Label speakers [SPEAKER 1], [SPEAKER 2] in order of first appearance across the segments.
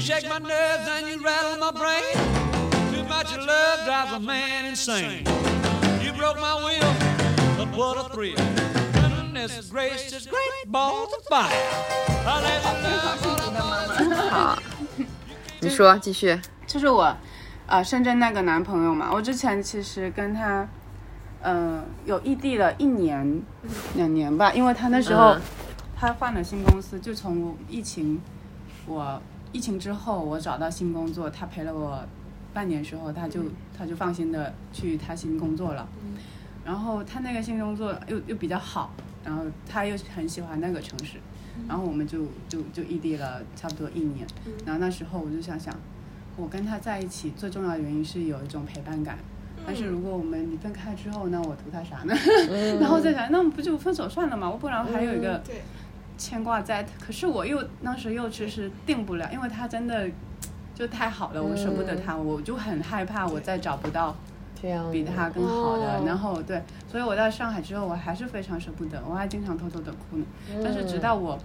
[SPEAKER 1] shake my nerves and you rattle my brain. Too much of love drives a man insane. You broke my will, but what a thrill. Goodness gracious, great balls of fire. I never knew what I
[SPEAKER 2] 好，你说继续。
[SPEAKER 3] 就是我，呃，深圳那个男朋友嘛，我之前其实跟他，嗯、有异地了一年、两年吧，因为他那时候、
[SPEAKER 2] 嗯
[SPEAKER 3] 他换了新公司，就从我疫情，我疫情之后我找到新工作，他陪了我半年时候，他就、他就放心的去他新工作了，然后他那个新工作又又比较好，然后他又很喜欢那个城市，然后我们就就就异地了差不多一年，然后那时候我就想想。我跟他在一起最重要的原因是有一种陪伴感。但是如果我们离分开之后呢，我图他啥呢？ 然后再想，那不就分手算了嘛？我不然还有一个
[SPEAKER 4] 对
[SPEAKER 3] 牵挂在。可是我又当时又迟迟定不了，因为他真的就太好了，我舍不得他，我就很害怕我再找不到
[SPEAKER 2] 这样
[SPEAKER 3] 比他更好的
[SPEAKER 2] 哦。
[SPEAKER 3] 然后对，所以我到上海之后，我还是非常舍不得，我还经常偷偷的哭呢。但是直到我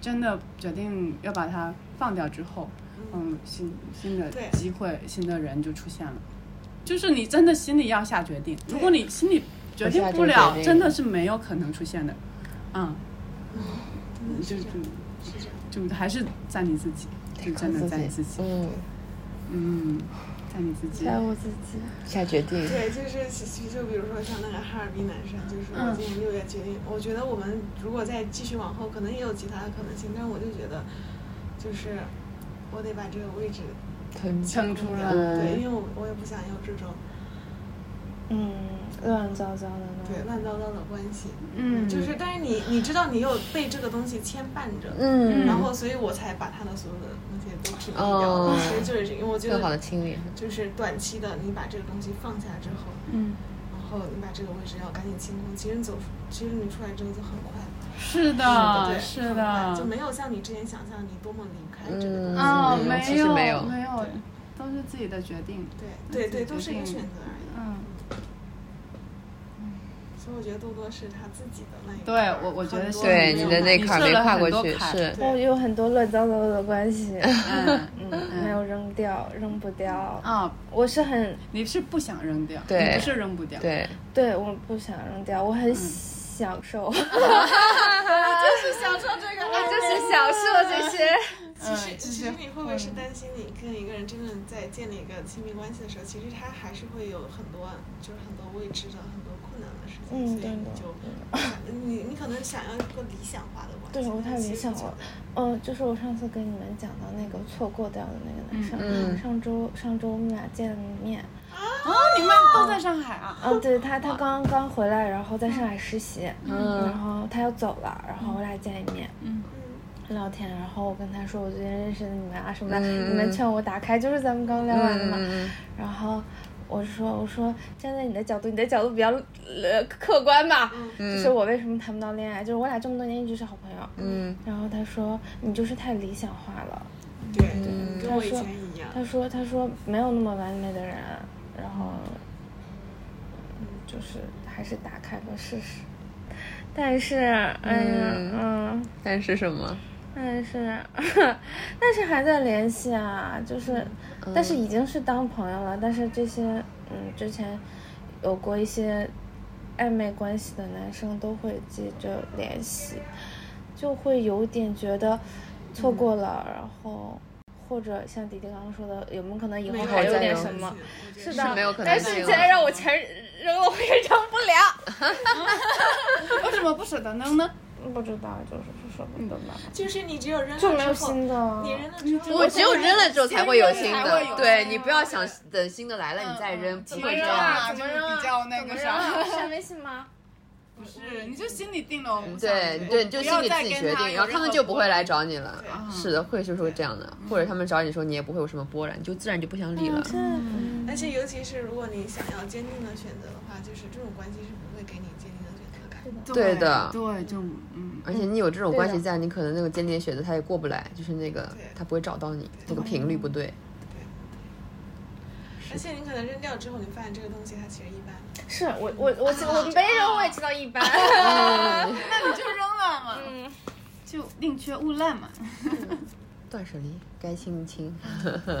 [SPEAKER 3] 真的决定要把它放掉之后，嗯，新新的
[SPEAKER 4] 对
[SPEAKER 3] 机会、新的人就出现了。就是你真的心里要下决定，如果你心里决定不
[SPEAKER 2] 不下这个
[SPEAKER 3] 了
[SPEAKER 2] 决，定
[SPEAKER 3] 真的是没有可能出现的。嗯，就就就还是在你自己，就真的在你自己，
[SPEAKER 2] 嗯，
[SPEAKER 3] 嗯，在你自己。
[SPEAKER 2] 在我自己下决定。
[SPEAKER 4] 对，就是其实就比如说像那个哈尔滨男生，就是我
[SPEAKER 3] 嗯
[SPEAKER 4] 今年六月决定，我觉得我们如果再继续往后，可能也有其他的可能性，但是我就觉得，就是我得把这个位置
[SPEAKER 2] 很
[SPEAKER 3] 撑出来
[SPEAKER 4] 让对，因为
[SPEAKER 2] 嗯
[SPEAKER 4] 我我也不想有这种
[SPEAKER 5] 嗯，乱糟糟的那
[SPEAKER 4] 对
[SPEAKER 5] 种。
[SPEAKER 4] 乱糟糟的关系，
[SPEAKER 3] 嗯，
[SPEAKER 4] 就是但是你你知道你有被这个东西牵绊着，
[SPEAKER 2] 嗯，
[SPEAKER 4] 然后所以我才把他的所有的那些都屏蔽掉
[SPEAKER 2] 哦
[SPEAKER 4] 了，其实就是这个，因为我觉
[SPEAKER 2] 更好的
[SPEAKER 4] 得
[SPEAKER 2] 清理。
[SPEAKER 4] 就是短期的你把这个东西放下之后，
[SPEAKER 3] 嗯，
[SPEAKER 4] 然后你把这个位置要赶紧清空，其实你走出，其实你出来之后就很快。
[SPEAKER 3] 是
[SPEAKER 4] 对
[SPEAKER 3] 的，
[SPEAKER 4] 很
[SPEAKER 3] 啊是
[SPEAKER 4] 快
[SPEAKER 3] 的，
[SPEAKER 4] 就没有像你之前想象你多么离开这个东
[SPEAKER 2] 嗯，
[SPEAKER 4] 西。
[SPEAKER 3] 哦，
[SPEAKER 2] 没有其
[SPEAKER 3] 没
[SPEAKER 2] 实
[SPEAKER 3] 有
[SPEAKER 2] 没有
[SPEAKER 3] 没有，都是自己的决定。
[SPEAKER 4] 对对对，都是一个选择而已。
[SPEAKER 3] 嗯，
[SPEAKER 4] 所以我觉得多多是他自己的那一
[SPEAKER 3] 对
[SPEAKER 4] 块儿
[SPEAKER 3] 我我觉得
[SPEAKER 4] 很
[SPEAKER 3] 是
[SPEAKER 4] 多
[SPEAKER 2] 对
[SPEAKER 4] 没有
[SPEAKER 2] 你的那
[SPEAKER 4] 办
[SPEAKER 2] 坎儿
[SPEAKER 4] 法
[SPEAKER 2] 没跨过去
[SPEAKER 3] 你设了很多坎
[SPEAKER 2] 是。
[SPEAKER 5] 我
[SPEAKER 4] 对
[SPEAKER 5] 哦有很多乱糟糟的 关系，
[SPEAKER 3] 嗯
[SPEAKER 5] 嗯，没有扔掉，扔不掉。
[SPEAKER 3] 啊，
[SPEAKER 5] 我是很
[SPEAKER 3] 你是不想扔掉，
[SPEAKER 2] 对
[SPEAKER 3] 你不是扔不掉，
[SPEAKER 2] 对，
[SPEAKER 5] 对，我不想扔掉，我
[SPEAKER 2] 嗯
[SPEAKER 5] 很享受。
[SPEAKER 2] 我啊就是享受这些。
[SPEAKER 4] 其实其
[SPEAKER 3] 就
[SPEAKER 4] 实
[SPEAKER 3] 是
[SPEAKER 4] 你会不会是担心你跟一个人真正在建立一个亲密关系的时候，其实他还是会有很多就是很多未知的很多困难的事情，
[SPEAKER 5] 嗯
[SPEAKER 4] 所以
[SPEAKER 5] 对
[SPEAKER 4] 你
[SPEAKER 5] 的
[SPEAKER 4] 就你你可能想要一个理想化的关系，
[SPEAKER 5] 对我
[SPEAKER 4] 但
[SPEAKER 5] 太
[SPEAKER 4] 其
[SPEAKER 5] 理
[SPEAKER 4] 实
[SPEAKER 5] 想
[SPEAKER 4] 觉
[SPEAKER 5] 了
[SPEAKER 4] 得
[SPEAKER 5] 嗯，就是我上次跟你们讲到那个错过掉的那个男生，
[SPEAKER 2] 嗯嗯
[SPEAKER 5] 上周上周我们俩见面，
[SPEAKER 3] 啊，你们都在上海啊，
[SPEAKER 5] 嗯，对他他刚刚回来，然后在上海实习，然
[SPEAKER 2] 嗯
[SPEAKER 5] 后他要走了，然后我俩见一面。
[SPEAKER 3] 嗯
[SPEAKER 5] 聊天，然后我跟他说我最近认识的你们啊什么的，
[SPEAKER 2] 嗯
[SPEAKER 5] 你们劝我打开，就是咱们刚聊完的嘛。
[SPEAKER 2] 嗯，
[SPEAKER 5] 然后我说我说站在你的角度，你的角度比较呃客观吧，就是我为什么谈不到恋爱，就是我俩这么多年一直是好朋友。
[SPEAKER 2] 嗯
[SPEAKER 5] 然后他说你就是太理想化了，
[SPEAKER 4] 对对，跟我以
[SPEAKER 5] 他说
[SPEAKER 4] 前一样，
[SPEAKER 5] 他说他说没有那么完美的人，然后嗯就是还是打开了试试。但是，哎呀，
[SPEAKER 2] 嗯
[SPEAKER 5] 嗯
[SPEAKER 2] 但是什么？
[SPEAKER 5] 但哎是， 但是还在联系啊，就是，
[SPEAKER 2] 嗯
[SPEAKER 5] 但是已经是当朋友了。但是这些，嗯，之前有过一些暧昧关系的男生都会接着联系，就会有点觉得错
[SPEAKER 2] 嗯
[SPEAKER 5] 过了，然后或者像迪迪刚刚说的，有没有可能以后
[SPEAKER 4] 没
[SPEAKER 5] 还
[SPEAKER 2] 有
[SPEAKER 5] 有点
[SPEAKER 2] 再有
[SPEAKER 5] 什么？？
[SPEAKER 4] 是
[SPEAKER 5] 的，
[SPEAKER 2] 没有可能
[SPEAKER 5] 但
[SPEAKER 2] 性
[SPEAKER 5] 是
[SPEAKER 2] 了
[SPEAKER 5] 现在让我全扔了，我也扔不 了。
[SPEAKER 3] 为什么不舍得扔呢？
[SPEAKER 5] 不知道，就是不舍不得吧，
[SPEAKER 4] 就是你只有扔了
[SPEAKER 5] 就没有
[SPEAKER 4] 之后
[SPEAKER 5] 新的。
[SPEAKER 4] 你扔了之后，
[SPEAKER 2] 我只有扔了之后才会有新
[SPEAKER 3] 才会有
[SPEAKER 2] 的，对嗯你不要想等新的来了你再扔，
[SPEAKER 5] 哎
[SPEAKER 2] 不会这样。
[SPEAKER 3] 怎么扔啊？比较那个啥，
[SPEAKER 5] 啊删微信吗？
[SPEAKER 3] 不是，你就心里定了，我不想
[SPEAKER 2] 对
[SPEAKER 3] 我
[SPEAKER 2] 对，你就
[SPEAKER 3] 不
[SPEAKER 2] 心
[SPEAKER 3] 要
[SPEAKER 2] 里
[SPEAKER 3] 再
[SPEAKER 2] 自己
[SPEAKER 3] 跟
[SPEAKER 2] 决
[SPEAKER 3] 他
[SPEAKER 2] 定，
[SPEAKER 3] 有
[SPEAKER 2] 然后他嗯
[SPEAKER 3] 任
[SPEAKER 2] 们
[SPEAKER 3] 何
[SPEAKER 2] 就不会
[SPEAKER 3] 波
[SPEAKER 2] 来找你了
[SPEAKER 4] 对。
[SPEAKER 3] 啊
[SPEAKER 2] 是的，会就是会这样的，或者他们找你的时候，你也不会有什么波澜，你就自然就不想理了。
[SPEAKER 5] 嗯，
[SPEAKER 4] 而且尤其是如果你想要坚定的选择的话，就是这种关系是不会给你坚定的选择感。
[SPEAKER 3] 澜
[SPEAKER 2] 对的
[SPEAKER 3] 对，就嗯，
[SPEAKER 2] 而且你有这种
[SPEAKER 5] 对
[SPEAKER 2] 关系
[SPEAKER 5] 的
[SPEAKER 2] 在，你可能那个间谍选择他也过不来，就是那个
[SPEAKER 4] 对
[SPEAKER 2] 他不会找到你，那个频率不对。
[SPEAKER 4] 而且你可能扔掉之后，你发现这个东西它其实一般。
[SPEAKER 5] 是我我我我没人我也知道一 般，
[SPEAKER 3] 嗯那你就扔了嘛，就宁缺毋滥嘛，
[SPEAKER 2] 断舍离，该清一清，
[SPEAKER 4] 啊
[SPEAKER 5] 好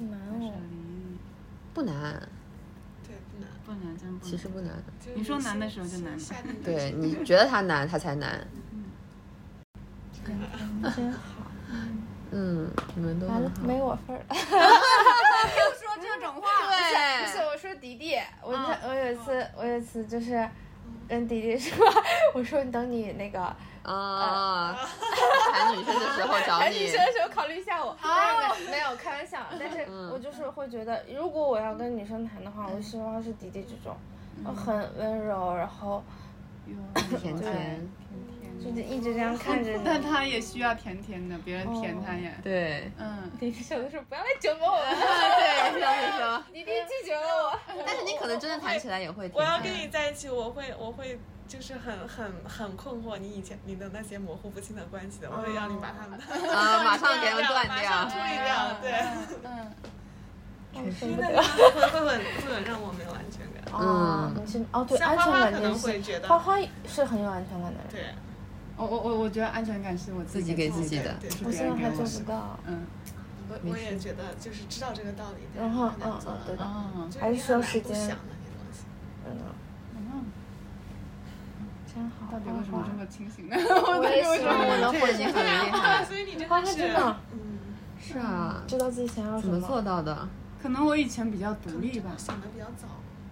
[SPEAKER 5] 难哦。
[SPEAKER 2] 嗯不难，
[SPEAKER 4] 对，不难。
[SPEAKER 3] 不难，真不难。
[SPEAKER 2] 其实不难。
[SPEAKER 4] 就是
[SPEAKER 3] 你说难的
[SPEAKER 4] 下
[SPEAKER 3] 时候就难
[SPEAKER 4] 下 定决
[SPEAKER 2] 对
[SPEAKER 4] 心
[SPEAKER 2] 你觉得它难，它才难。
[SPEAKER 5] 真好，
[SPEAKER 2] 嗯，你们都
[SPEAKER 5] 完
[SPEAKER 2] 很
[SPEAKER 5] 了
[SPEAKER 2] 好
[SPEAKER 5] 没我份儿。
[SPEAKER 3] 不说这种话。
[SPEAKER 5] 不是，我说迪迪，我那、我有一次，我有一次就是跟迪迪说， 我说你等你那个
[SPEAKER 2] 啊，谈女生的时候找
[SPEAKER 4] 哎
[SPEAKER 5] 谈
[SPEAKER 2] 你哦
[SPEAKER 5] 女，生的时候考虑一下我。但是没没有开玩笑， 但是
[SPEAKER 2] 嗯
[SPEAKER 5] 我就是会觉得，如果我要跟女生谈的话，我希望是迪迪这种，
[SPEAKER 2] 嗯
[SPEAKER 5] 呃很温柔，然后
[SPEAKER 2] 甜甜，
[SPEAKER 5] 就是一直这样看 着
[SPEAKER 3] 但
[SPEAKER 5] 你。
[SPEAKER 3] 他也需要甜甜的，别人甜他呀。
[SPEAKER 2] 对，
[SPEAKER 3] 嗯，
[SPEAKER 5] 迪迪小的时候不要来折磨我们，
[SPEAKER 2] 啊
[SPEAKER 4] 啊
[SPEAKER 2] 对，是的，是的。
[SPEAKER 5] 迪迪拒绝了我。
[SPEAKER 2] 但是你可能真的谈起来也会，
[SPEAKER 4] 我要跟你，在一起，我会我会就是很很很困惑你以前你的那些模糊不清的关系的，我会让你把它们
[SPEAKER 2] 啊，马上给我断
[SPEAKER 4] 马上处
[SPEAKER 2] 掉，
[SPEAKER 4] 理掉，对，
[SPEAKER 3] 嗯，
[SPEAKER 4] 因为那个会会很会很让我没有安全感。
[SPEAKER 5] 哦，你是哦，对，
[SPEAKER 4] 像
[SPEAKER 5] 安
[SPEAKER 4] 花
[SPEAKER 5] 全
[SPEAKER 4] 花
[SPEAKER 5] 感
[SPEAKER 4] 可
[SPEAKER 5] 这件
[SPEAKER 4] 能
[SPEAKER 5] 事
[SPEAKER 4] 会觉得
[SPEAKER 5] 花花是很有安全感的人，
[SPEAKER 4] 对，
[SPEAKER 3] 我我我我觉得安全感是我
[SPEAKER 2] 自己给自己
[SPEAKER 3] 己
[SPEAKER 2] 的
[SPEAKER 4] 对，
[SPEAKER 3] 不
[SPEAKER 5] 我
[SPEAKER 3] 是别
[SPEAKER 5] 希望
[SPEAKER 3] 人给
[SPEAKER 5] 他
[SPEAKER 3] 我
[SPEAKER 5] 做
[SPEAKER 3] 的
[SPEAKER 5] 不。到。
[SPEAKER 3] 嗯，
[SPEAKER 4] 我我也觉得就是知道这个道理，但
[SPEAKER 5] 然
[SPEAKER 4] 是
[SPEAKER 5] 后，
[SPEAKER 4] 很难
[SPEAKER 5] 嗯
[SPEAKER 4] 做
[SPEAKER 5] 嗯，对
[SPEAKER 4] 到。
[SPEAKER 5] 的，
[SPEAKER 3] 哦，
[SPEAKER 4] 就
[SPEAKER 5] 还是需要时
[SPEAKER 4] 很难不
[SPEAKER 5] 间
[SPEAKER 4] 想。的那些东 西。
[SPEAKER 5] 嗯，
[SPEAKER 3] 嗯
[SPEAKER 5] 真好。
[SPEAKER 3] 到底为什么这么清醒呢？
[SPEAKER 5] 我也希望哦我能
[SPEAKER 2] 这
[SPEAKER 5] 活
[SPEAKER 2] 已
[SPEAKER 5] 进
[SPEAKER 2] 经很厉害，
[SPEAKER 4] 所以你真
[SPEAKER 5] 啊花
[SPEAKER 4] 的
[SPEAKER 5] 花
[SPEAKER 4] 是
[SPEAKER 5] 真，的
[SPEAKER 4] 嗯，
[SPEAKER 2] 是啊，
[SPEAKER 5] 知道自己想要什
[SPEAKER 2] 怎么做到的？
[SPEAKER 5] 嗯
[SPEAKER 3] 可能我以前比较独立吧。
[SPEAKER 4] 想的比较早，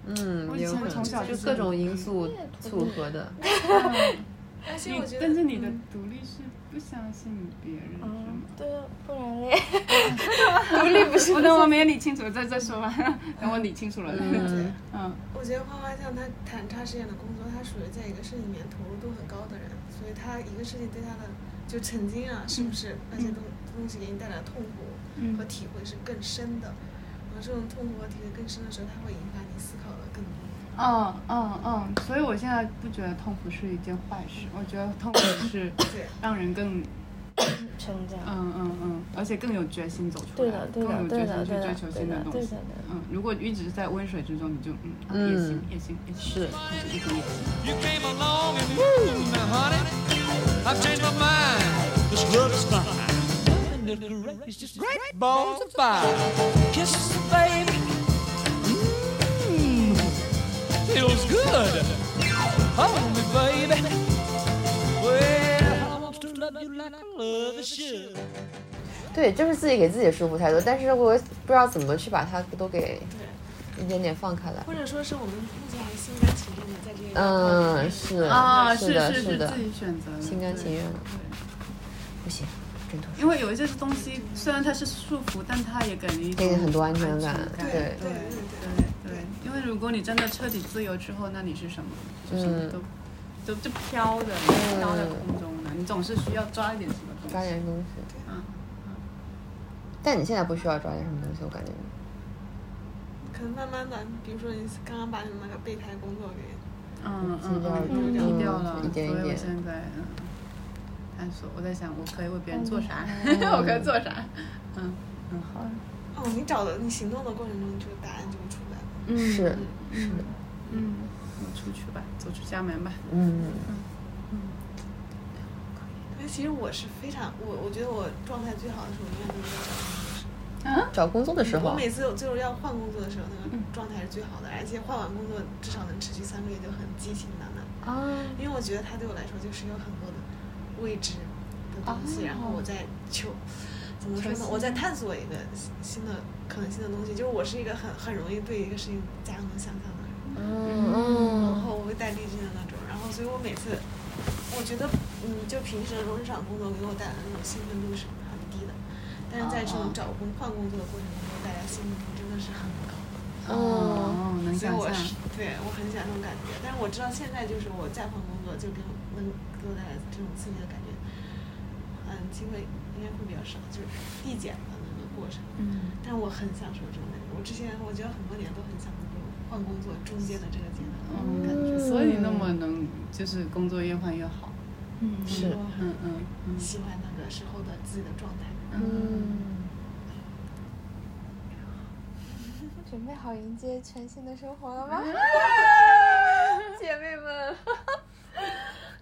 [SPEAKER 2] 嗯，也有可能，就各种因素组合的，
[SPEAKER 4] 而
[SPEAKER 3] 嗯
[SPEAKER 4] 且
[SPEAKER 3] 你
[SPEAKER 4] 我觉得嗯
[SPEAKER 3] 但是你的独立是不相信别人，是
[SPEAKER 5] 嗯
[SPEAKER 3] 吗？，
[SPEAKER 5] 对啊，不然嘞，
[SPEAKER 3] 我等我没理清楚，再再说 吧。等我理清楚了，
[SPEAKER 2] 嗯，
[SPEAKER 3] 嗯，
[SPEAKER 4] 我觉得花花像他谈长时间的工作，他属于在一个事里面投入度很高的人，所以他一个事情对他的就曾经啊，是不是
[SPEAKER 5] 嗯
[SPEAKER 4] 那些东东西给你带来的痛苦和体会是更深的，然后这种痛苦和体会更深的时候，它会引发你思考的更多。
[SPEAKER 3] 嗯嗯嗯，所以我现在不觉得痛苦是一件坏事，我觉得痛苦是
[SPEAKER 4] 对
[SPEAKER 3] 让人更
[SPEAKER 5] 成长。
[SPEAKER 3] 嗯嗯嗯，而且更有决心走出来，
[SPEAKER 5] 对的，对
[SPEAKER 3] 更
[SPEAKER 5] 的，
[SPEAKER 3] 有
[SPEAKER 5] 对
[SPEAKER 3] 决心
[SPEAKER 5] 的，
[SPEAKER 3] 去
[SPEAKER 5] 对
[SPEAKER 3] 追
[SPEAKER 5] 的，
[SPEAKER 3] 求
[SPEAKER 5] 对
[SPEAKER 3] 新
[SPEAKER 5] 的，
[SPEAKER 3] 东
[SPEAKER 5] 对
[SPEAKER 3] 西
[SPEAKER 5] 的。，
[SPEAKER 3] 嗯，如果一直在温水之中，你就嗯啊
[SPEAKER 2] 嗯
[SPEAKER 3] 也行也行也行，
[SPEAKER 2] 是。
[SPEAKER 3] 嗯一行也行。
[SPEAKER 1] You came along and woo, now honey, I've changed my mind. This love is fine. Loving is great, It's just great balls of fire. Kisses, baby. Mmm, feels good. Hold me, baby. Well, I want to love you like I love you should.
[SPEAKER 2] 对，就是自己给自己舒服太多，但是我不知道怎么去把它都给一点点放开来。
[SPEAKER 4] 或者说是我们目前还心甘情愿的在这一段关
[SPEAKER 2] 嗯，
[SPEAKER 4] 系
[SPEAKER 2] 是
[SPEAKER 3] 啊，
[SPEAKER 2] 是
[SPEAKER 3] 是
[SPEAKER 2] 的，
[SPEAKER 3] 是
[SPEAKER 2] 的
[SPEAKER 3] 自，己选择的，
[SPEAKER 2] 心甘情愿的
[SPEAKER 3] 对。对
[SPEAKER 2] 不行，挣脱出
[SPEAKER 3] 因为有一些东西虽然它是束缚，但它也给人一
[SPEAKER 2] 给你
[SPEAKER 3] 种
[SPEAKER 2] 很多安全感
[SPEAKER 3] 感。
[SPEAKER 2] 对
[SPEAKER 3] 对
[SPEAKER 4] 对
[SPEAKER 3] 对，因为如果你真的彻底自由之后，那你是什么？
[SPEAKER 2] 嗯
[SPEAKER 3] 就什么都、就就飘的，飘在空中的，你总是需要抓一点什么东西。
[SPEAKER 2] 抓点东西。
[SPEAKER 3] 嗯
[SPEAKER 2] 但你现在不需要抓点什么东西，我感觉。
[SPEAKER 4] 可能慢慢的，比如说你刚刚把你那个备胎工作给
[SPEAKER 3] 嗯
[SPEAKER 2] 低调
[SPEAKER 3] 嗯，
[SPEAKER 2] 一点
[SPEAKER 3] 低调了，
[SPEAKER 2] 一点一
[SPEAKER 3] 所以我
[SPEAKER 2] 点
[SPEAKER 3] 现在嗯探索，我在想我可以为别人做啥， 我可以做啥。嗯
[SPEAKER 4] 哦，你找的你行动的过程中，这个答案就会出来了。
[SPEAKER 3] 嗯，
[SPEAKER 2] 是，
[SPEAKER 3] 嗯，我出去吧，走出家门吧。
[SPEAKER 2] 嗯，
[SPEAKER 4] 那其实我是非常，我我觉得我状态最好的时候，永远都是在找工作的时
[SPEAKER 2] 找工作的时
[SPEAKER 4] 候。我
[SPEAKER 2] 候，啊
[SPEAKER 4] 每次有就是要换工作的时候，那
[SPEAKER 3] 嗯
[SPEAKER 4] 个状态是最好的，而且换完工作至少能持续三个月，就很激情满满。
[SPEAKER 2] 啊，
[SPEAKER 3] 哦
[SPEAKER 4] 因为我觉得它对我来说就是有很多的未知的东西，然后我在求，怎么说
[SPEAKER 3] 哦求
[SPEAKER 4] 呢？
[SPEAKER 3] 新
[SPEAKER 4] 我在探索一个新新的可能性的东西。就是我是一个很很容易对一个事情加强想象的人。
[SPEAKER 2] 嗯
[SPEAKER 4] 然
[SPEAKER 2] 嗯
[SPEAKER 4] 后我会带滤镜的那种，然后所以我每次，我觉得，嗯，就平时的农场工作给我带来的那种兴奋度是很低的，但是在这种找工换工作的过程中，给我带来兴奋度真的是很高，
[SPEAKER 2] 嗯，
[SPEAKER 3] 哦，能
[SPEAKER 4] 所以
[SPEAKER 3] 想
[SPEAKER 4] 我
[SPEAKER 3] 象。
[SPEAKER 4] 是对我很喜欢那种感觉，但是我知道现在就是我再换工作就给我能给我带来这种刺激的感觉，嗯，机会应该会比较少，就是递减的那个过程，
[SPEAKER 3] 嗯
[SPEAKER 4] 但是我很享受这种感觉，我之前我觉得很多年都很享受这种换工作中间的这个阶段，
[SPEAKER 3] 嗯，感觉所以那么能就是工作越换越好。
[SPEAKER 5] 嗯，
[SPEAKER 2] 是
[SPEAKER 4] 我很
[SPEAKER 3] 嗯嗯嗯
[SPEAKER 4] 喜欢那个时候的自己的状态。
[SPEAKER 2] 嗯，
[SPEAKER 5] 准备好迎接全新的生活了吗？
[SPEAKER 2] 姐妹们，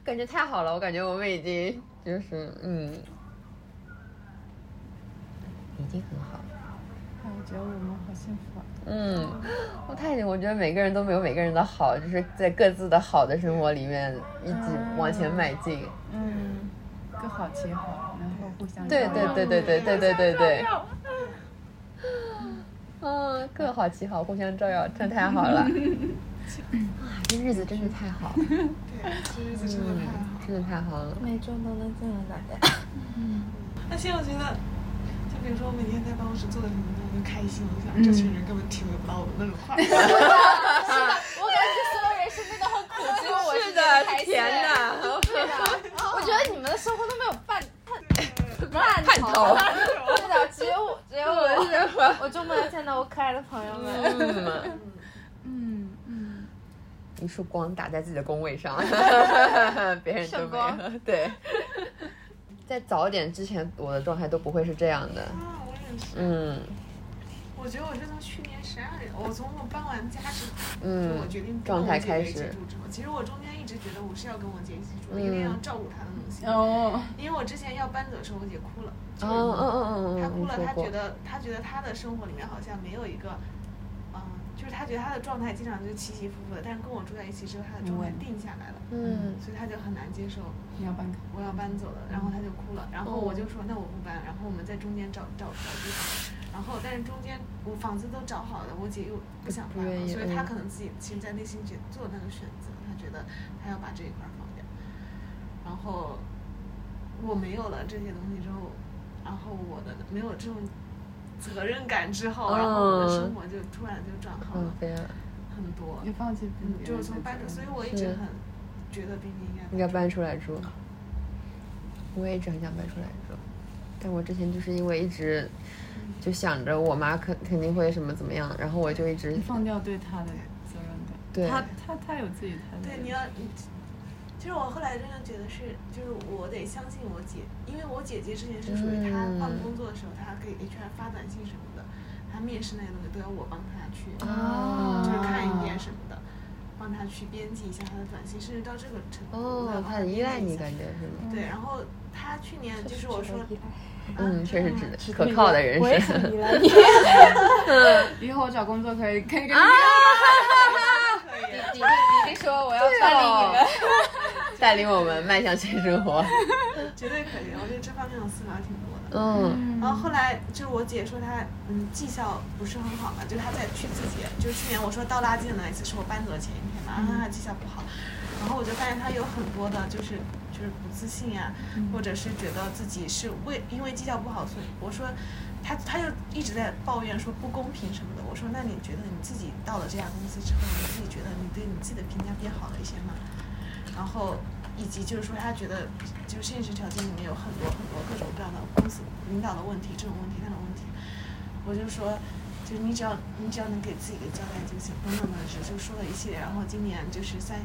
[SPEAKER 2] 感觉太好了，我感觉我们已经就是嗯，一定很好。
[SPEAKER 3] 哎，我觉得我们好幸福啊！
[SPEAKER 2] 嗯，我太，我觉得每个人都没有每个人的好，就是在各自的好的生活里面一直往前迈进。
[SPEAKER 3] 嗯，各好其好，然后互相
[SPEAKER 2] 对
[SPEAKER 3] 照
[SPEAKER 2] 对
[SPEAKER 3] 耀
[SPEAKER 2] 对对对对对对对。 嗯，各好其好，互相照耀，真的太好 了。啊，这日子真是太好了，
[SPEAKER 4] 对， 这啊日子真的太好。
[SPEAKER 2] 真的太好了。
[SPEAKER 5] 每周都能见到大家。
[SPEAKER 4] 而且我觉得，就比如说我每天在办公室做的什么东西，我就开心一下，这群人根本体会不到我的那种 快乐。
[SPEAKER 6] 我感觉所有人身边都很苦，只有我
[SPEAKER 2] 是
[SPEAKER 6] 觉
[SPEAKER 2] 的
[SPEAKER 6] 得开，心
[SPEAKER 2] 甜。的，
[SPEAKER 6] 我觉得你们的生活都没有半半半
[SPEAKER 2] 头
[SPEAKER 6] 头，对的，只有我，只有我，我周末要见到我可爱的朋友们。
[SPEAKER 2] 嗯，
[SPEAKER 3] 嗯嗯，
[SPEAKER 2] 一束光打在自己的工位上，别人都
[SPEAKER 6] 圣
[SPEAKER 2] 没有
[SPEAKER 6] 光。
[SPEAKER 2] 对，在早点之前，我的状态都不会是这样的。
[SPEAKER 4] 啊，我也是。
[SPEAKER 2] 嗯
[SPEAKER 4] 我觉得我是从去年十二月，我从我搬完家之后，就我
[SPEAKER 2] 嗯，
[SPEAKER 4] 决定不跟
[SPEAKER 2] 状
[SPEAKER 4] 我
[SPEAKER 2] 态
[SPEAKER 4] 姐
[SPEAKER 2] 开
[SPEAKER 4] 姐一起
[SPEAKER 2] 始
[SPEAKER 4] 住之后，其实我中间一直觉得我是要跟我姐一起住，有点要照顾她的东西。
[SPEAKER 3] 哦，
[SPEAKER 4] 因为我之前要搬走的时候，我姐哭了，
[SPEAKER 2] 哦哦哦哦
[SPEAKER 4] 她
[SPEAKER 2] 哦，
[SPEAKER 4] 哭
[SPEAKER 2] 你
[SPEAKER 4] 了，
[SPEAKER 2] 说
[SPEAKER 4] 她觉
[SPEAKER 2] 过，
[SPEAKER 4] 得她觉得她的生活里面好像没有一个，嗯，就是她觉得她的状态经常就是起起伏伏的，但是跟我住在一起之后，她的状态
[SPEAKER 3] 嗯
[SPEAKER 4] 定下来了，
[SPEAKER 2] 嗯
[SPEAKER 4] 所以她就很难接受
[SPEAKER 3] 你要搬开，
[SPEAKER 4] 我要搬走了，然后她就哭了，然后我就说那我不搬，然后我们在中间找找找地方，然后但是中间我房子都找好了，我姐又不想
[SPEAKER 2] 不
[SPEAKER 4] 搬
[SPEAKER 2] 愿意
[SPEAKER 4] 了，所以她
[SPEAKER 2] 嗯
[SPEAKER 4] 可能自己其实在内心觉做那个选择，她觉得她要把这一块儿放掉，然后我没有了这些东西之后，然后我的没有这种责任感之后，然后我的生活就突然就转好
[SPEAKER 2] 嗯
[SPEAKER 4] 了，
[SPEAKER 2] 对啊，
[SPEAKER 4] 很多
[SPEAKER 3] 你，放弃
[SPEAKER 4] 嗯，
[SPEAKER 3] 别
[SPEAKER 4] 就
[SPEAKER 3] 人
[SPEAKER 4] 是
[SPEAKER 3] 的
[SPEAKER 4] 从搬出，
[SPEAKER 3] 责
[SPEAKER 4] 所以
[SPEAKER 3] 任
[SPEAKER 4] 我一直
[SPEAKER 2] 是
[SPEAKER 4] 很觉得冰冰应该
[SPEAKER 2] 应该搬出来住。我也一直很想搬出来住，但我之前就是因为一直就想着我妈肯肯定会什么怎么样，然后我就一直
[SPEAKER 3] 你放掉对他的责任感，
[SPEAKER 2] 对
[SPEAKER 3] 他他他有自己他的责任，
[SPEAKER 4] 对，你要，你其实我后来真的觉得是，就是我得相信我姐，因为我姐姐之前是属于她换
[SPEAKER 2] 嗯
[SPEAKER 4] 工作的时候，她给 HR 发短信什么的，她面试那些东西都要我帮她去，
[SPEAKER 2] 啊
[SPEAKER 4] 就是看一遍什么的，帮她去编辑一下她的短信，甚至到这个程度，我要
[SPEAKER 2] 哦，
[SPEAKER 4] 帮
[SPEAKER 2] 她
[SPEAKER 4] 她
[SPEAKER 2] 很依
[SPEAKER 4] 编
[SPEAKER 2] 赖
[SPEAKER 4] 辑一
[SPEAKER 2] 你
[SPEAKER 4] 下
[SPEAKER 2] 感觉是吗？
[SPEAKER 4] 对，然后她去年就是我说，啊
[SPEAKER 2] 嗯，确实 值
[SPEAKER 5] 是
[SPEAKER 2] 得可靠的人
[SPEAKER 5] 我也
[SPEAKER 2] 生。
[SPEAKER 5] 很依赖你。
[SPEAKER 3] 以后我找工作可以可以跟你
[SPEAKER 4] 啊可以
[SPEAKER 6] 你你你说我要带领你们，
[SPEAKER 2] 带领我们迈向新生活。
[SPEAKER 4] 绝对可以，我觉得这方面我思考挺多 的。
[SPEAKER 2] 嗯
[SPEAKER 4] 然后后来就是我姐说她嗯绩效不是很好嘛，就她在去自己，就是去年我说倒垃圾的那一次是我搬走的前一天嘛，然后她绩效不好，然后我就发现她有很多的就是就是不自信呀、或者是觉得自己是为因为绩效不好，所以我说她她就一直在抱怨说不公平什么的。我说那你觉得你自己到了这家公司之后，你自己觉得你对你自己的评价变好了一些吗？然后以及就是说他觉得就现实条件里面有很多很多各种各样的公司领导的问题，这种问题那种问题，我就说。就是你只要你只要能给自己一个交代就行，等等等等，就说了一系列。然后今年就是三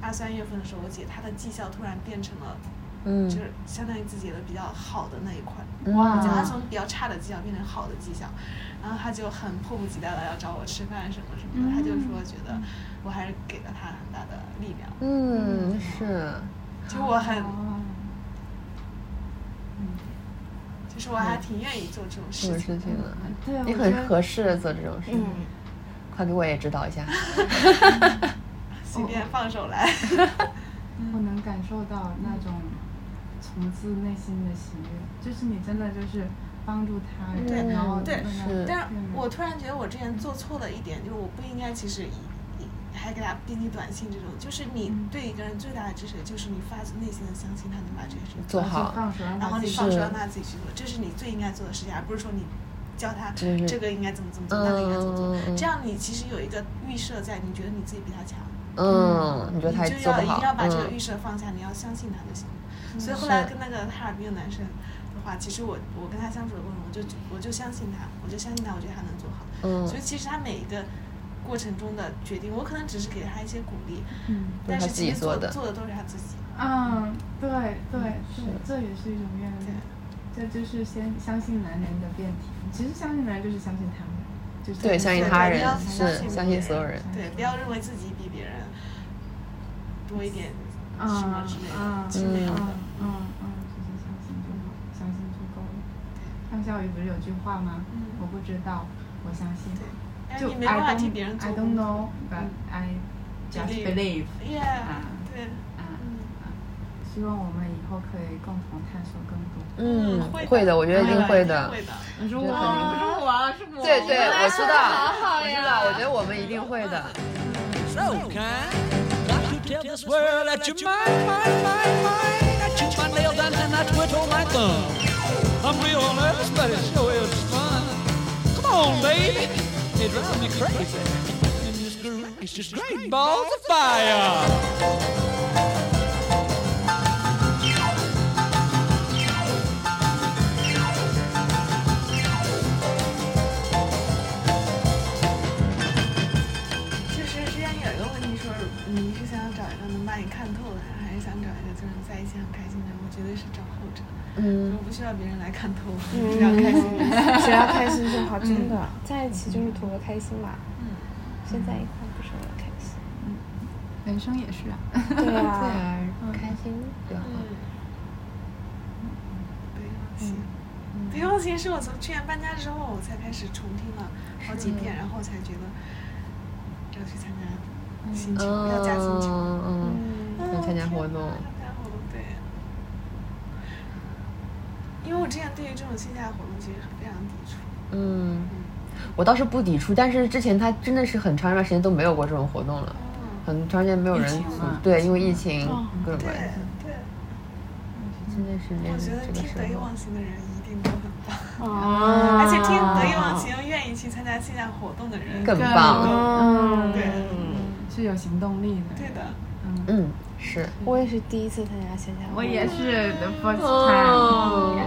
[SPEAKER 4] 二三月份的时候，我姐她的绩效突然变成了，
[SPEAKER 2] 嗯
[SPEAKER 4] 就是相当于自己的比较好的那一块。
[SPEAKER 2] 哇
[SPEAKER 4] 将它从比较差的绩效变成好的绩效，然后他就很迫不及待的要找我吃饭什么什么的，他就说觉得我还是给了他很大的力量，
[SPEAKER 2] 嗯，是，
[SPEAKER 4] 就我很，
[SPEAKER 3] 哦
[SPEAKER 4] 就是我还挺愿意做这种
[SPEAKER 2] 这
[SPEAKER 4] 事
[SPEAKER 2] 种
[SPEAKER 4] 情
[SPEAKER 2] 事
[SPEAKER 4] 的。
[SPEAKER 2] 情呢，
[SPEAKER 3] 对，我
[SPEAKER 2] 你
[SPEAKER 3] 觉
[SPEAKER 2] 很
[SPEAKER 3] 得
[SPEAKER 2] 合适做这种事。情。快给我也指导一 下。
[SPEAKER 4] 随便放手来，
[SPEAKER 2] 哦
[SPEAKER 3] 嗯我能感受到那种从自内心的喜悦，就是你真的就是帮助他人，
[SPEAKER 4] 对
[SPEAKER 3] 然后
[SPEAKER 4] 嗯对
[SPEAKER 3] 让他
[SPEAKER 2] 是
[SPEAKER 4] 但是我突然觉得我之前做错了一点，就是我不应该其实以以还给他编辑短信这种，就是你对一个人最大的支持，就是你发自内心的相信他能把这件事情
[SPEAKER 2] 做好
[SPEAKER 3] 就放手让
[SPEAKER 4] 然后
[SPEAKER 3] 他
[SPEAKER 4] 你
[SPEAKER 3] 自己
[SPEAKER 4] 放手
[SPEAKER 2] 是
[SPEAKER 4] 让他自己去做，这是你最应该做的事情，而不是说你教他
[SPEAKER 2] 就是
[SPEAKER 4] 这个应该怎么怎么做，那个应该怎
[SPEAKER 2] 嗯
[SPEAKER 4] 么
[SPEAKER 2] 嗯
[SPEAKER 4] 做。
[SPEAKER 2] 嗯
[SPEAKER 4] 这样你其实有一个预设在，你觉得你自己比他强，
[SPEAKER 2] 嗯，你觉得他
[SPEAKER 4] 你就
[SPEAKER 2] 做
[SPEAKER 4] 要
[SPEAKER 2] 不
[SPEAKER 4] 一定
[SPEAKER 2] 好
[SPEAKER 4] 要？把这个预
[SPEAKER 2] 嗯，
[SPEAKER 4] 设放下，你要相信他就行了。所以后来
[SPEAKER 2] 是
[SPEAKER 4] 跟那个哈尔滨的男生的话，其实我我跟他相处的过程，我就我就相信他，我就相信他，我觉得他能做好。
[SPEAKER 2] 嗯
[SPEAKER 4] 所以其实他每一个过程中的决定，我可能只是给他一些鼓励，
[SPEAKER 3] 嗯
[SPEAKER 4] 但
[SPEAKER 2] 他
[SPEAKER 4] 是
[SPEAKER 2] 自
[SPEAKER 4] 其
[SPEAKER 2] 己
[SPEAKER 4] 实
[SPEAKER 2] 做
[SPEAKER 4] 做
[SPEAKER 2] 的
[SPEAKER 4] 做的都是他自己。
[SPEAKER 3] 嗯，对对对，这也是一种愿力，这就是先相信男人的辩题。其实相信男人就是相信他们，就是
[SPEAKER 2] 对，相信
[SPEAKER 4] 对
[SPEAKER 2] 他
[SPEAKER 4] 对
[SPEAKER 2] 人
[SPEAKER 4] 你要
[SPEAKER 2] 是相信所有人。
[SPEAKER 4] 对，不要认为自己比别人多一点
[SPEAKER 3] 嗯
[SPEAKER 4] 什么之类的
[SPEAKER 3] 嗯
[SPEAKER 4] 之类
[SPEAKER 3] 嗯
[SPEAKER 4] 的。
[SPEAKER 3] 嗯嗯，就是相信就好，相信就够了。相教育不是有句话吗？
[SPEAKER 4] 嗯
[SPEAKER 3] 我不知道，我相信。
[SPEAKER 4] 哎
[SPEAKER 3] 就
[SPEAKER 4] 你没
[SPEAKER 3] I
[SPEAKER 4] 办法替
[SPEAKER 3] don't
[SPEAKER 4] 别人做
[SPEAKER 3] I don't
[SPEAKER 4] 功课
[SPEAKER 3] know, but I just
[SPEAKER 4] Believe
[SPEAKER 3] believe
[SPEAKER 4] Yeah，
[SPEAKER 3] 啊
[SPEAKER 4] 对，
[SPEAKER 3] 啊。
[SPEAKER 4] 嗯，
[SPEAKER 3] 希望我们以后可以共同探索更多。
[SPEAKER 2] 嗯，
[SPEAKER 4] 会
[SPEAKER 2] 会的，我觉得一定会
[SPEAKER 4] 会
[SPEAKER 2] 的。
[SPEAKER 4] 会的。
[SPEAKER 3] 你说
[SPEAKER 2] 我肯定
[SPEAKER 3] 不是我啊，是我。
[SPEAKER 2] 对对，我知道，我知道，我觉得我们一定会的。
[SPEAKER 1] so kind. Got to tell this world that you're mine, mine, mine, mine. I chew my nails and then I twiddle my thumb. I'm real nervous, but it sure is fun. Come on, baby, it drives me crazy. And this groove is just great balls of fire.
[SPEAKER 4] 就是之前有一个问题说，你是想找一个能把你看透的人，还是想找一个就是在一起很开心的人？我绝对是找后者，
[SPEAKER 2] 嗯
[SPEAKER 4] 我不需要别人来看透我，我只要开心。
[SPEAKER 5] 嗯 只要开心就
[SPEAKER 3] 嗯
[SPEAKER 5] 好，真的，在一起就是图个开心吧。
[SPEAKER 4] 嗯，
[SPEAKER 5] 现在一块不是为了开心。
[SPEAKER 3] 人生也是啊。
[SPEAKER 5] 对
[SPEAKER 2] 自
[SPEAKER 5] 啊，
[SPEAKER 2] 然开心就好。
[SPEAKER 4] 嗯北方行，
[SPEAKER 2] 嗯
[SPEAKER 4] 北方行是我从去年搬家之后我才开始重听了好几遍，然后才觉得要去参加星球，要加星球，
[SPEAKER 2] 嗯嗯，要参加活动。
[SPEAKER 4] 参加活动对。因为我之前对于这种线下活动其实非常抵触，
[SPEAKER 2] 嗯，我倒是不抵触，但是之前他真的是很长一段时间都没有过这种活动了，很长时间没有人
[SPEAKER 7] 疫情
[SPEAKER 2] 组
[SPEAKER 7] 嘛
[SPEAKER 2] 对，因为疫情各种
[SPEAKER 4] 对
[SPEAKER 2] 关系，
[SPEAKER 4] 对，
[SPEAKER 2] 真的是
[SPEAKER 4] 我
[SPEAKER 2] 连
[SPEAKER 4] 觉得
[SPEAKER 2] 这个
[SPEAKER 4] 听
[SPEAKER 2] 时
[SPEAKER 4] 得意
[SPEAKER 2] 候，
[SPEAKER 4] 忘形的人一定都很棒，
[SPEAKER 3] 哦
[SPEAKER 2] 嗯
[SPEAKER 5] 啊
[SPEAKER 4] 而且听得意忘形又愿意去参加线下活动的人
[SPEAKER 2] 更棒。
[SPEAKER 5] 嗯，
[SPEAKER 4] 对
[SPEAKER 3] 是有行动力的。
[SPEAKER 4] 对的，
[SPEAKER 2] 嗯，是。
[SPEAKER 5] 我也是第一次参加线下活动，
[SPEAKER 3] 我也是 the first time。
[SPEAKER 2] 哦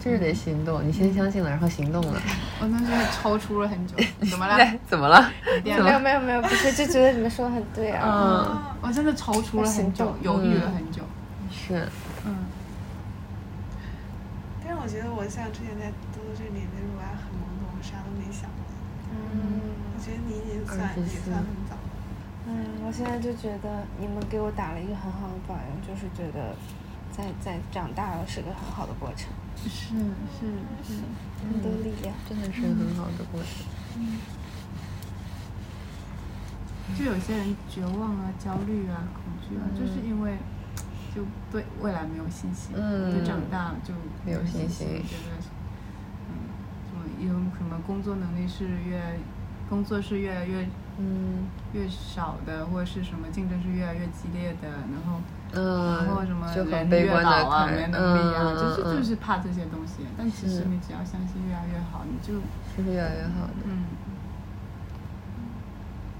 [SPEAKER 2] 就是得行动，你先相信了，然后行动了。
[SPEAKER 3] 我那时候抽搐了很 久，怎么了？
[SPEAKER 2] 哎，怎么了？
[SPEAKER 3] 点
[SPEAKER 2] 怎
[SPEAKER 5] 没有
[SPEAKER 2] 么？
[SPEAKER 5] 没有没有，不是就觉得你们说的很对啊。
[SPEAKER 2] 嗯，
[SPEAKER 3] 我真的踌躇了很久，犹豫了很久。
[SPEAKER 2] 是，
[SPEAKER 3] 嗯，
[SPEAKER 4] 但是我觉得我像之前在多多这里那时候我还很懵懂，我啥都没想过。
[SPEAKER 3] 嗯
[SPEAKER 4] 我觉得你已经算
[SPEAKER 2] 24
[SPEAKER 4] 也算很早了。
[SPEAKER 6] 哎
[SPEAKER 5] 嗯，我现在就觉得你们给我打了一个很好的榜样，就是觉得在在长大了是个很好的过程，
[SPEAKER 3] 嗯是是是。
[SPEAKER 5] 你们都力量。
[SPEAKER 2] 真的是很好的过程。
[SPEAKER 3] 就有些人绝望啊、焦虑啊、恐惧啊，就是因为就对未来没有信心，
[SPEAKER 2] 嗯
[SPEAKER 3] 对长大就
[SPEAKER 2] 没有信心
[SPEAKER 3] 心，觉得嗯，什么有什么工作能力是越工作是越来越
[SPEAKER 2] 嗯
[SPEAKER 3] 越少的，或者是什么竞争是越来越激烈的，然后。然后什么
[SPEAKER 2] 嗯，就很
[SPEAKER 3] 人
[SPEAKER 2] 悲
[SPEAKER 3] 越
[SPEAKER 2] 观
[SPEAKER 3] 老
[SPEAKER 2] 的
[SPEAKER 3] 啊，
[SPEAKER 2] 看
[SPEAKER 3] 没，
[SPEAKER 2] 嗯
[SPEAKER 3] 能力
[SPEAKER 2] 嗯
[SPEAKER 3] 啊，就是就
[SPEAKER 2] 嗯，
[SPEAKER 3] 是怕这些东西。但其实
[SPEAKER 2] 是
[SPEAKER 3] 你只要相信越来越好，你就是
[SPEAKER 2] 嗯越来越好的。
[SPEAKER 3] 嗯，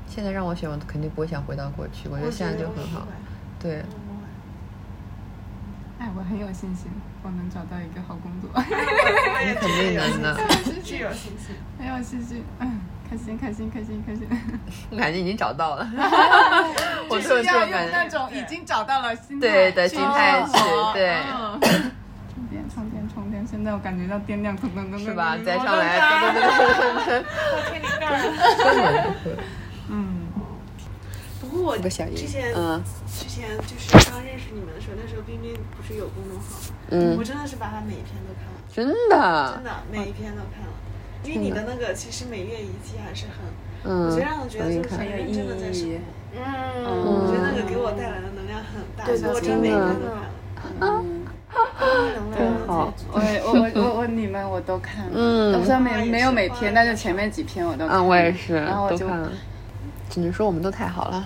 [SPEAKER 2] 现在让我选，我肯定不会想回到过去，我觉得现在就很好。对，
[SPEAKER 3] 哎，我很有信心，我能找到一个好工作。
[SPEAKER 4] 你
[SPEAKER 2] 肯定能 的。
[SPEAKER 4] 具有信心。
[SPEAKER 3] 很有信心，嗯，开心开心开心开心。
[SPEAKER 2] 我感觉已经找到了，我
[SPEAKER 3] 就
[SPEAKER 2] 特有
[SPEAKER 3] 是
[SPEAKER 2] 这种
[SPEAKER 3] 要
[SPEAKER 2] 感
[SPEAKER 3] 用那
[SPEAKER 2] 觉。
[SPEAKER 3] 种已经找到了心态
[SPEAKER 2] 对的
[SPEAKER 3] 去
[SPEAKER 2] 心态
[SPEAKER 3] 生活
[SPEAKER 2] 去对
[SPEAKER 3] 嗯充电充电充电，现在我感觉到电量腾腾腾
[SPEAKER 2] 是吧？再上来，对对对
[SPEAKER 3] 嗯，
[SPEAKER 4] 不过我
[SPEAKER 2] 对，个小
[SPEAKER 4] 之
[SPEAKER 2] 姨，
[SPEAKER 4] 前
[SPEAKER 2] 嗯
[SPEAKER 4] 之前就是刚认识你们的时候，那时候冰冰不是有公众号吗，我
[SPEAKER 2] 嗯，啊
[SPEAKER 4] 真的是把它每一篇都看了，
[SPEAKER 2] 真
[SPEAKER 4] 真
[SPEAKER 2] 的，
[SPEAKER 4] 的每一篇都看了。因为你的那个其实每月一期还是很，
[SPEAKER 2] 嗯，
[SPEAKER 4] 我觉得让我觉得
[SPEAKER 2] 容易
[SPEAKER 4] 就是
[SPEAKER 2] 看
[SPEAKER 4] 很认真的在生活。
[SPEAKER 8] 嗯，
[SPEAKER 4] 我觉得那个给我带来的能量很大，所以我真的每一篇都看了。嗯，真好，
[SPEAKER 7] 我
[SPEAKER 3] 嗯
[SPEAKER 7] 我我我我你们我都看了，
[SPEAKER 2] 嗯
[SPEAKER 7] 虽然没没有每篇，但是前面几篇我都看
[SPEAKER 3] 啊
[SPEAKER 7] 了。
[SPEAKER 2] 嗯，我也是，
[SPEAKER 7] 然后我
[SPEAKER 2] 都
[SPEAKER 7] 就
[SPEAKER 2] 看了。只能说我们都太好了，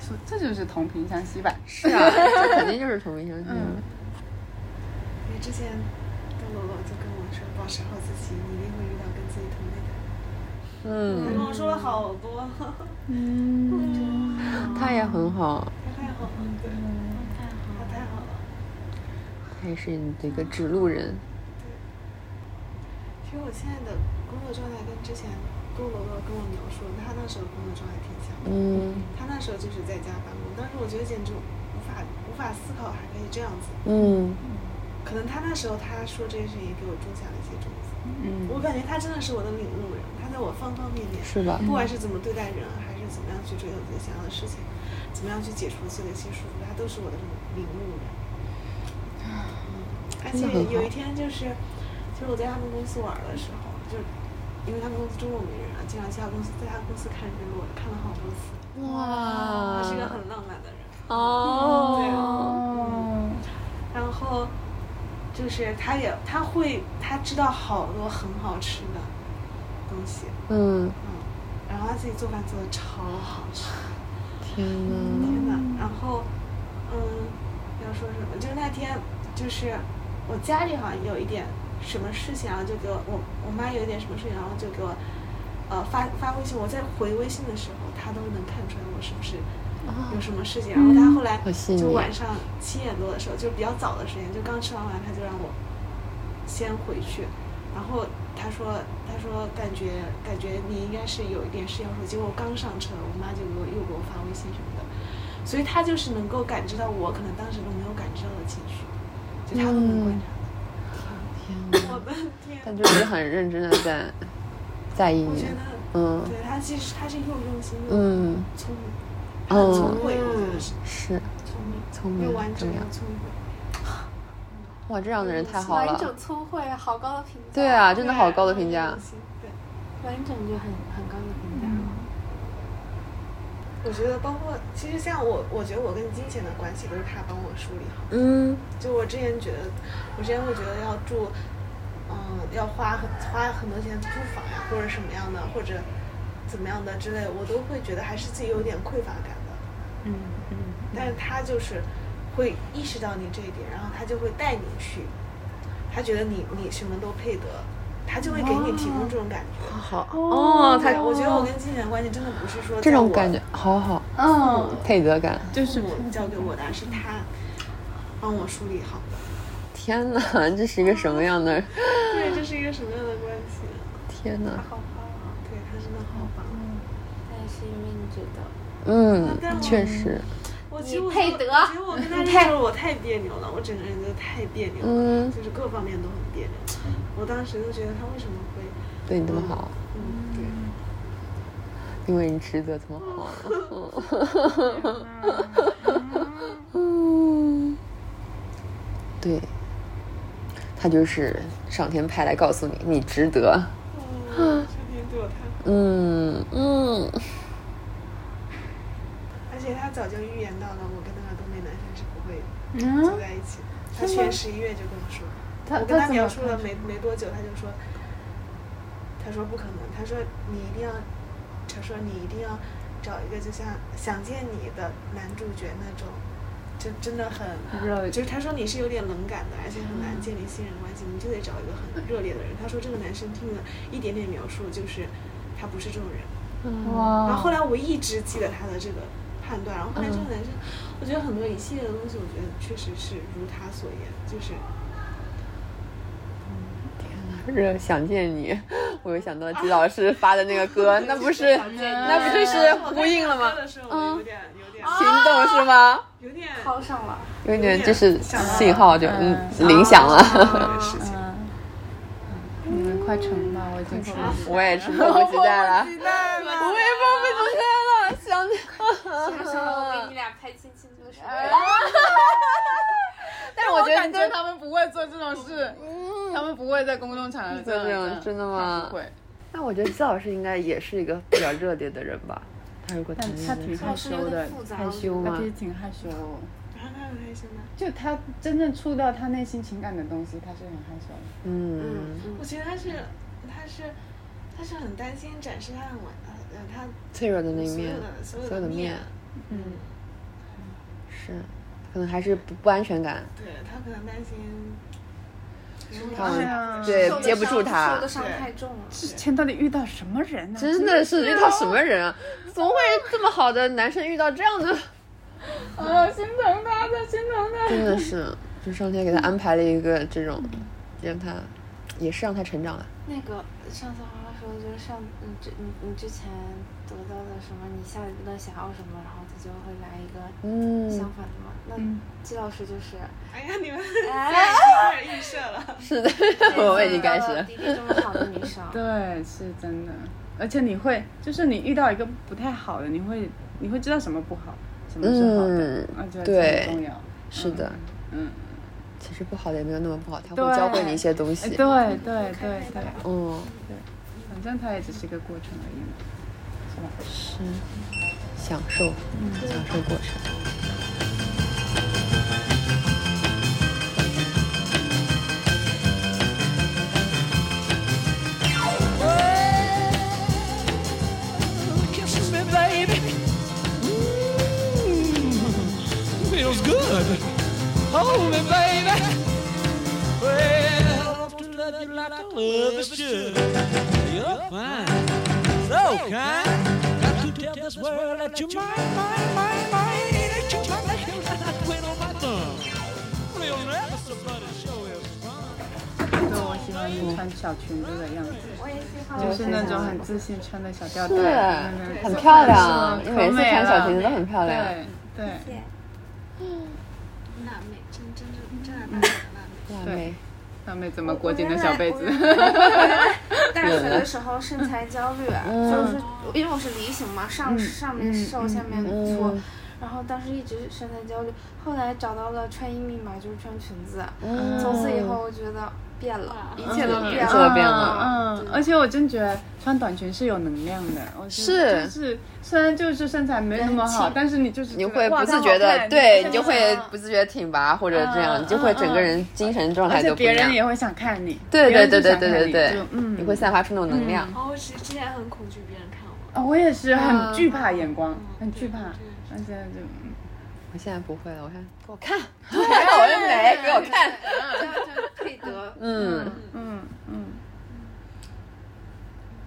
[SPEAKER 7] 说这就是同频相吸吧。
[SPEAKER 2] 是啊，这肯定就是同病相怜。
[SPEAKER 4] 你之前邓罗罗就跟我说，保持好自己，你一定会遇到跟自己同类的人。
[SPEAKER 2] 嗯，
[SPEAKER 4] 跟我说了好多，
[SPEAKER 2] 他也很好，
[SPEAKER 4] 太好了，对，他嗯太好了。
[SPEAKER 2] 他也是你的一个指路人。
[SPEAKER 4] 其实我现在的工作状态跟之前跟罗罗跟我描述，他那时候工作状态挺像的。
[SPEAKER 2] 嗯
[SPEAKER 4] 他那时候就是在家办公，当时我觉得简直无法无法思考还可以这样子。
[SPEAKER 2] 嗯
[SPEAKER 4] 可能他那时候他说这件事情给我种下了一些种子。嗯，我感觉他真的是我的领路人，他在我方方面面，
[SPEAKER 2] 是吧嗯
[SPEAKER 4] 不管是怎么对待人，啊还是怎么样去追求自己想要的事情，怎么样去解除自己的一些束
[SPEAKER 2] 啊
[SPEAKER 4] 缚，嗯他都是我的领路人。而且有一天就是就是我在他们公司玩的时候，就因为他们公司中国没人啊，经常去他公司，在他公司看日落，看了好多次。
[SPEAKER 2] 嗯啊
[SPEAKER 5] 哇
[SPEAKER 4] 他是一个很浪漫的人。
[SPEAKER 2] 嗯
[SPEAKER 5] 哦，
[SPEAKER 4] 然后就是他也他会他知道好多很好吃的东西，
[SPEAKER 2] 嗯，
[SPEAKER 4] 然后他自己做饭做的超好吃，
[SPEAKER 2] 天呐，
[SPEAKER 4] 天呐，然后嗯，要说什么？就是那天就是我家里好像有一点什么事情，然后就给我我我妈有一点什么事情，然后就给我。呃，发发微信，我在回微信的时候，她都能看出来我是不是有什么事情。然后她后来
[SPEAKER 2] 好细
[SPEAKER 4] 就
[SPEAKER 2] 腻
[SPEAKER 4] 晚上七点多的时候，就比较早的时间，就刚吃完饭，她就让我先回去，然后他说，他说感觉感觉你应该是有一点事要说，结果我刚上车，我妈就给我又给我发微信什么的，所以他就是能够感知到我可能当时都没有感知到的情绪，就他都能观察到。
[SPEAKER 2] 嗯天呐，
[SPEAKER 4] 我的天，
[SPEAKER 2] 他就是很认真的在在意
[SPEAKER 4] 我
[SPEAKER 2] 你
[SPEAKER 4] 觉，得，
[SPEAKER 2] 嗯
[SPEAKER 4] 对他其实他是又用心又
[SPEAKER 2] 嗯，
[SPEAKER 4] 聪明，他很聪
[SPEAKER 2] 哦，
[SPEAKER 4] 慧，我觉得是
[SPEAKER 2] 是
[SPEAKER 4] 聪明，
[SPEAKER 2] 聪明
[SPEAKER 4] 又完整
[SPEAKER 2] 重
[SPEAKER 4] 又
[SPEAKER 2] 要。
[SPEAKER 4] 聪慧。
[SPEAKER 2] 哇，这样的人太好
[SPEAKER 6] 完
[SPEAKER 2] 了
[SPEAKER 6] 整。聪慧，好高的评价。
[SPEAKER 2] 对啊，，真的好高的评价
[SPEAKER 4] 用。心对。
[SPEAKER 6] 完整就很很高的评价。
[SPEAKER 4] 我觉得，包括其实像我，我觉得我跟金钱的关系都是他帮我梳理好。
[SPEAKER 2] 嗯，
[SPEAKER 4] 就我之前觉得，我之前会觉得要住，嗯，要花很花很多钱租房呀，或者什么样的，或者怎么样的之类，我都会觉得还是自己有点匮乏感的。
[SPEAKER 3] 嗯嗯，
[SPEAKER 4] 但是他就是会意识到你这一点，然后他就会带你去，他觉得你你什么都配得，他就会给你提供这种感觉。
[SPEAKER 2] 好哦，
[SPEAKER 4] 对，我觉得我跟金钱的关系真的不是说
[SPEAKER 2] 这
[SPEAKER 4] 在
[SPEAKER 2] 种
[SPEAKER 4] 我
[SPEAKER 2] 感觉好好，
[SPEAKER 3] 嗯，
[SPEAKER 2] 配得感。
[SPEAKER 3] 就是
[SPEAKER 4] 父母教给我的，是他帮我梳理好的。
[SPEAKER 2] 天呐，这是一个什么样的？
[SPEAKER 4] 对，这是一个什么样的关系？啊
[SPEAKER 2] 天呐，
[SPEAKER 6] 好嗯棒啊！
[SPEAKER 4] 对他真的好棒。
[SPEAKER 6] 但是因为你觉得
[SPEAKER 2] 嗯
[SPEAKER 4] 但，我
[SPEAKER 2] 确实，
[SPEAKER 4] 我
[SPEAKER 6] 你
[SPEAKER 4] 其实我
[SPEAKER 6] 配
[SPEAKER 4] 觉
[SPEAKER 6] 得
[SPEAKER 4] 我觉得我 跟他认识了，我太别扭了，我整个人就太别扭了，
[SPEAKER 2] 嗯
[SPEAKER 4] 就是各方面都很别扭。我当时就觉得他为什么会，
[SPEAKER 2] 对你这么好，
[SPEAKER 4] 嗯，对。
[SPEAKER 2] 因为你值得这么好。嗯， 对，他就是上天派来告诉你，你值得。
[SPEAKER 6] 嗯
[SPEAKER 4] 哦，上天对我太好，
[SPEAKER 2] 嗯嗯，
[SPEAKER 4] 而且他早就预言到了，我跟那个东北男生是不会走在一起的。他去年十一月就跟我说，
[SPEAKER 9] 他
[SPEAKER 4] 我跟
[SPEAKER 9] 他
[SPEAKER 4] 他
[SPEAKER 9] 怎
[SPEAKER 4] 描
[SPEAKER 9] 么
[SPEAKER 4] 述了没没多久，他就说，他说不可能，他说你一定要，他说你一定要找一个就像《想见你》的男主角那种，就真的很
[SPEAKER 9] 热
[SPEAKER 4] 就是他说你是有点冷感的，而且很难建立信任关系，你就得找一个很热烈的人。他说这个男生听了一点点描述，就是他不是这种人。
[SPEAKER 9] 哇
[SPEAKER 4] 然后后来我一直记得他的这个判断，然后后来这个男生，我觉得很多一系列的东西，我觉得确实是如他所言，就是
[SPEAKER 2] 热想见你，我又想到季老师发的那个歌，那不是那不就是呼应了吗
[SPEAKER 4] 我看他？的时候我有点有点
[SPEAKER 2] 心动是吗？
[SPEAKER 4] 有点
[SPEAKER 6] 靠上了，
[SPEAKER 2] 有
[SPEAKER 4] 点
[SPEAKER 2] 点就是
[SPEAKER 4] 想到
[SPEAKER 2] 信号就嗯
[SPEAKER 9] 嗯
[SPEAKER 2] 铃响了，
[SPEAKER 4] 的事情。
[SPEAKER 9] 嗯，你们快成吧，我已经迫不及
[SPEAKER 2] 我也是迫不及待了，
[SPEAKER 9] 待了。
[SPEAKER 2] 我也迫不及待了，想
[SPEAKER 6] 这时候我给你俩拍亲亲的时候，
[SPEAKER 9] 但
[SPEAKER 2] 是我觉得
[SPEAKER 9] 感
[SPEAKER 2] 这
[SPEAKER 9] 觉他们不会做这种事，他嗯们不会在公众场合
[SPEAKER 2] 做这种真的吗
[SPEAKER 9] 不会，
[SPEAKER 2] 那我觉得季老师应该也是一个比较热烈的人吧？他如果
[SPEAKER 9] 但
[SPEAKER 2] 谈恋
[SPEAKER 9] 他
[SPEAKER 2] 爱
[SPEAKER 9] 挺
[SPEAKER 6] 还
[SPEAKER 9] 害
[SPEAKER 6] 嗯是有
[SPEAKER 9] 羞的
[SPEAKER 6] 点，复杂。
[SPEAKER 2] 害羞
[SPEAKER 9] 他
[SPEAKER 2] 吗
[SPEAKER 9] 其？实挺害羞哦。
[SPEAKER 4] 然后他很开心吗？
[SPEAKER 9] 就他真正触到他内心情感的东西，他是很害羞的。
[SPEAKER 2] 嗯，
[SPEAKER 4] 我觉得他是他是他是很担心展示他很完呃他
[SPEAKER 2] 脆弱的那一
[SPEAKER 4] 所
[SPEAKER 2] 面
[SPEAKER 4] 有，的所
[SPEAKER 2] 所有
[SPEAKER 4] 的
[SPEAKER 2] 的面，
[SPEAKER 4] 嗯，
[SPEAKER 2] 是，可能还是不不安全感，
[SPEAKER 4] 对他可能担心。
[SPEAKER 2] 他
[SPEAKER 9] 对
[SPEAKER 3] 嗯
[SPEAKER 9] 啊
[SPEAKER 6] 嗯
[SPEAKER 2] 对
[SPEAKER 6] 受的
[SPEAKER 2] 接不
[SPEAKER 6] 伤
[SPEAKER 2] 住他
[SPEAKER 6] 受的伤太重了。
[SPEAKER 9] 之前到底遇到什么人呢、
[SPEAKER 2] 真的是遇到什么人啊？ 怎么会这么好的男生遇到这样的？
[SPEAKER 9] 啊，心疼他，他心疼他。
[SPEAKER 2] 真的是，就上天给他安排了一个这种，让他也是让他成长了。
[SPEAKER 6] 那个上次花花说，就是上你之你你之前得到的什么，你下一步的想要什么，然后他就会来一个相
[SPEAKER 2] 嗯，
[SPEAKER 6] 反的嘛。那
[SPEAKER 9] 嗯
[SPEAKER 6] 季老师就是，
[SPEAKER 4] 哎呀，你们
[SPEAKER 6] 哎，
[SPEAKER 4] 开始预设了。
[SPEAKER 2] 是的， 我已经开始了。
[SPEAKER 6] 迪迪这么好呃的女生，
[SPEAKER 9] 对，是真的。而且你会，就是你遇到一个不太好的，你会你会知道什么不好，什么是好的，
[SPEAKER 2] 嗯
[SPEAKER 9] 我觉得这
[SPEAKER 2] 对
[SPEAKER 9] 很重要。
[SPEAKER 2] 是的，
[SPEAKER 9] 嗯，
[SPEAKER 2] 其实不好的也没有那么不好，他
[SPEAKER 3] 对
[SPEAKER 2] 会教会你一些东
[SPEAKER 3] 哎
[SPEAKER 2] 西。
[SPEAKER 3] 对对对对，
[SPEAKER 2] 嗯，
[SPEAKER 3] 反正它也只是一个过程而已嘛，是吧？
[SPEAKER 2] 是享受，享受过程。
[SPEAKER 1] Kisses me, baby. Mm, feels good. Hold me, baby. Well, I love to love you like I love is should. You're fine, so kind. Got to tell this world that you're mine, mine, mine, mine. That you're mine, that you're mine. I quit on my thumb. Real never somebody show his fun.
[SPEAKER 3] 对，我喜欢你穿小裙子的样子，就是那种很自信穿的小吊
[SPEAKER 2] 是
[SPEAKER 3] 带，嗯
[SPEAKER 2] 很啊漂亮，
[SPEAKER 3] 是
[SPEAKER 2] 你每次
[SPEAKER 3] 可美
[SPEAKER 2] 穿小
[SPEAKER 3] 了
[SPEAKER 2] 裙子都很漂亮。
[SPEAKER 3] 对对
[SPEAKER 4] 辣妹，真真正正儿八经的
[SPEAKER 2] 辣
[SPEAKER 4] 辣妹。
[SPEAKER 3] 对
[SPEAKER 2] 妹，
[SPEAKER 3] 上面怎么裹紧的小被子？
[SPEAKER 5] 大学的时候身材焦虑，
[SPEAKER 3] 嗯
[SPEAKER 5] 就是因为我是梨形嘛，上上面瘦，下面
[SPEAKER 3] 嗯
[SPEAKER 5] 粗，然后当时一直身材焦虑，后来找到了穿衣密码，就是穿裙子。
[SPEAKER 3] 嗯
[SPEAKER 2] 嗯
[SPEAKER 5] 从此以后，我觉得变了，一切都变
[SPEAKER 2] 一切都变
[SPEAKER 5] 了
[SPEAKER 2] 了。
[SPEAKER 3] 嗯，而且我真觉得穿短裙是有能量的，我觉
[SPEAKER 2] 是
[SPEAKER 3] 得就是虽然就是身材没那么好，但是你就是
[SPEAKER 2] 你
[SPEAKER 3] 觉得
[SPEAKER 2] 会
[SPEAKER 3] 哇
[SPEAKER 2] 不自
[SPEAKER 3] 她
[SPEAKER 2] 觉
[SPEAKER 3] 好
[SPEAKER 2] 的，
[SPEAKER 3] 看
[SPEAKER 2] 对
[SPEAKER 3] 真
[SPEAKER 2] 你
[SPEAKER 3] 的
[SPEAKER 2] 就会不自觉地挺拔或者这样，
[SPEAKER 3] 嗯
[SPEAKER 2] 你就会整个人精神状
[SPEAKER 3] 而
[SPEAKER 2] 态
[SPEAKER 3] 且
[SPEAKER 2] 就不一
[SPEAKER 3] 别人
[SPEAKER 2] 样。
[SPEAKER 3] 也会想看你，
[SPEAKER 2] 对
[SPEAKER 3] 别
[SPEAKER 2] 对
[SPEAKER 3] 人
[SPEAKER 2] 对
[SPEAKER 3] 就
[SPEAKER 2] 对
[SPEAKER 3] 想
[SPEAKER 2] 对
[SPEAKER 3] 看
[SPEAKER 2] 对
[SPEAKER 3] 你
[SPEAKER 2] 对
[SPEAKER 3] 就，嗯，
[SPEAKER 2] 你会散发出那种能量。
[SPEAKER 4] 哦，我其实之前很恐惧别人看我，
[SPEAKER 3] 啊，嗯我也是很惧怕眼光，很惧怕，但现在就嗯
[SPEAKER 2] 我现在不会了，我看给我看，对，我是美，给我看。
[SPEAKER 5] 这
[SPEAKER 4] 啊
[SPEAKER 5] 样就配得，
[SPEAKER 2] 嗯，
[SPEAKER 3] 嗯嗯，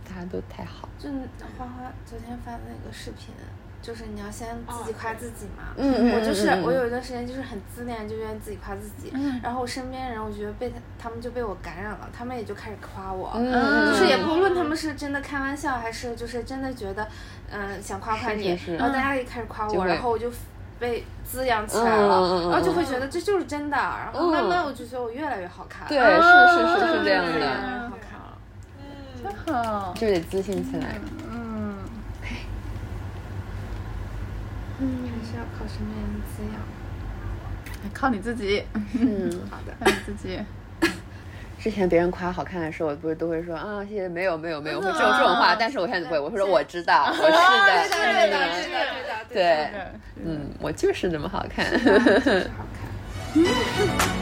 [SPEAKER 2] 大家都太好。
[SPEAKER 5] 就花花昨天发的那个视频，就是你要先自己夸自己嘛。
[SPEAKER 2] 嗯嗯，
[SPEAKER 5] 我就是
[SPEAKER 2] 嗯
[SPEAKER 5] 我有一段时间就是很自恋，就愿意自己夸自己。然后我身边人，我觉得被他他们就被我感染了，他们也就开始夸我。
[SPEAKER 2] 嗯
[SPEAKER 5] 就是也不论他们是真的开玩笑，还是就是真的觉得，嗯、想夸夸你，
[SPEAKER 2] 是是是嗯
[SPEAKER 5] 然后大家也开始夸
[SPEAKER 2] 就
[SPEAKER 5] 我，
[SPEAKER 2] 会
[SPEAKER 5] 然后我就被滋养起来了，
[SPEAKER 2] 嗯嗯嗯嗯
[SPEAKER 5] 然后就会觉得这就是真的，啊然后慢慢
[SPEAKER 2] 嗯
[SPEAKER 5] 我就觉得我越来越好看，
[SPEAKER 2] 对，
[SPEAKER 5] 越
[SPEAKER 2] 是是是是这样
[SPEAKER 5] 来越
[SPEAKER 2] 的，
[SPEAKER 5] 好看了。
[SPEAKER 3] 真好，
[SPEAKER 2] 就得自信起来。
[SPEAKER 3] 嗯，
[SPEAKER 5] 嗯，还是要靠身边人滋养。
[SPEAKER 3] 靠你自己，
[SPEAKER 2] 嗯。
[SPEAKER 3] 靠你自 己，
[SPEAKER 2] 之前别人夸好看的时候，我不是都会说啊，谢谢，没有没有没有，会这种这种话，但是我现在不会，我会说我知道，我是的，
[SPEAKER 5] 对的，
[SPEAKER 2] 嗯
[SPEAKER 5] 对的，对的，
[SPEAKER 2] 对
[SPEAKER 3] 是的，
[SPEAKER 2] 嗯，我就是这么好看。
[SPEAKER 5] 对的，就是好看。